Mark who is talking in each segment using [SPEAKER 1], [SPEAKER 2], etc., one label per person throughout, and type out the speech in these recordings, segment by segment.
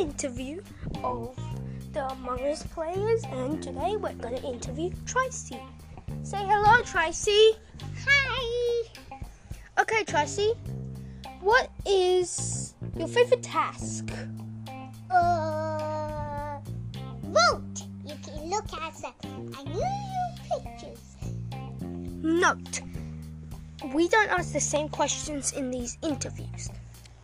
[SPEAKER 1] interview of the Among Us players, and today we're going to interview Tracy. Say hello, Tracy. Hi. Okay, Tracy, what is your favorite task?
[SPEAKER 2] Uh, vote. You can look at the unusual pictures.
[SPEAKER 1] Note, we don't ask the same questions in these interviews.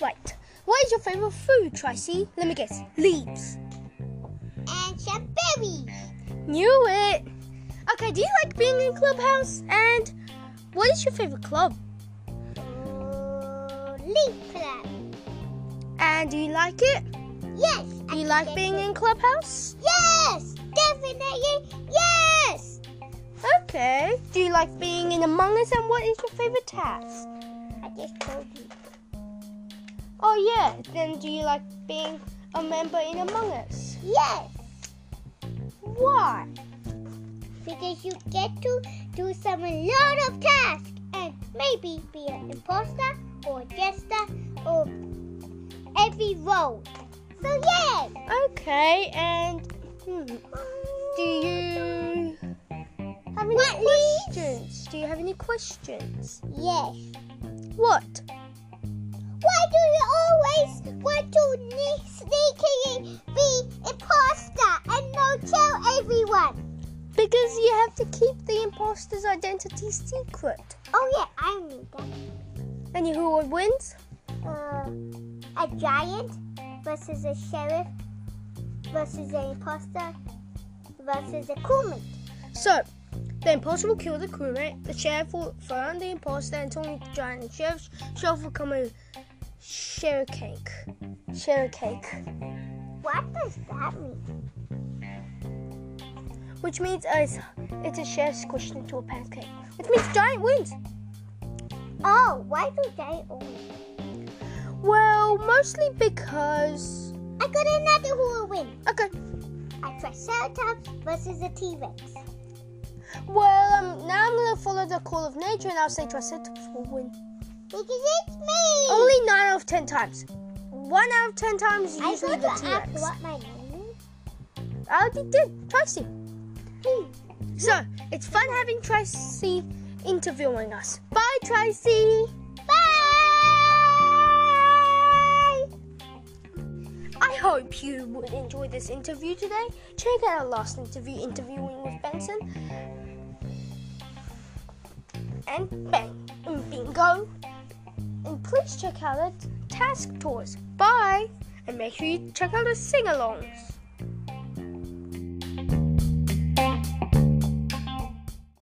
[SPEAKER 1] Right, what is your favorite food, Tracy? Let me guess, leaves.
[SPEAKER 2] And some berries.
[SPEAKER 1] Knew it. Okay, do you like being in Clubhouse? And what is your favorite club?
[SPEAKER 2] Uh, leaf club.
[SPEAKER 1] And do you like it?
[SPEAKER 2] Yes.
[SPEAKER 1] Do you like being in Clubhouse?
[SPEAKER 2] Yes. Definitely. Yes.
[SPEAKER 1] Okay. Do you like being in Among Us? And what is your favorite task?
[SPEAKER 2] I just told you.
[SPEAKER 1] Oh, yeah. Then do you like being a member in Among Us?
[SPEAKER 2] Yes.
[SPEAKER 1] Why?
[SPEAKER 2] Because you get to do some a lot of tasks and maybe be an imposter or jester or every role. So yes.
[SPEAKER 1] Okay, and hmm, do you have any
[SPEAKER 2] What leaves?
[SPEAKER 1] questions? Do you have any questions?
[SPEAKER 2] Yes.
[SPEAKER 1] What?
[SPEAKER 2] Why do you always want to ne- sneakily be imposter and not tell everyone?
[SPEAKER 1] Because you have to keep the imposter's identity secret.
[SPEAKER 2] Oh yeah, I knew that.
[SPEAKER 1] And you who wins?
[SPEAKER 2] Uh, a giant versus a sheriff versus an imposter versus a crewmate.
[SPEAKER 1] So, the imposter will kill the crewmate, the sheriff will find the imposter, and Tony the Giant and Sheriff, sheriff will come and share a cake. Share a cake.
[SPEAKER 2] What does that mean?
[SPEAKER 1] Which means it's, it's a sheriff squished into a pancake. Which means Giant wins.
[SPEAKER 2] Oh, why do they always?
[SPEAKER 1] Well, mostly because.
[SPEAKER 2] I got another who will win.
[SPEAKER 1] Okay.
[SPEAKER 2] A triceratops versus a T-Rex.
[SPEAKER 1] Well, um, now I'm gonna follow the call of nature and I'll say Triceratops will win.
[SPEAKER 2] Because it's me.
[SPEAKER 1] Only 9 out of 10 times. 1 out of 10 times,
[SPEAKER 2] I
[SPEAKER 1] usually
[SPEAKER 2] got
[SPEAKER 1] the
[SPEAKER 2] to
[SPEAKER 1] T
[SPEAKER 2] ask
[SPEAKER 1] Rex.
[SPEAKER 2] what my name is.
[SPEAKER 1] I already did. Tracy.
[SPEAKER 2] Please.
[SPEAKER 1] So it's fun having Tracy interviewing us. Bye, Tracy.
[SPEAKER 2] Bye!
[SPEAKER 1] I hope you would enjoy this interview today. Check out our last interview, interviewing with Benson and Bang and Bingo. And please check out our task tours. Bye, and make sure you check out the sing-alongs.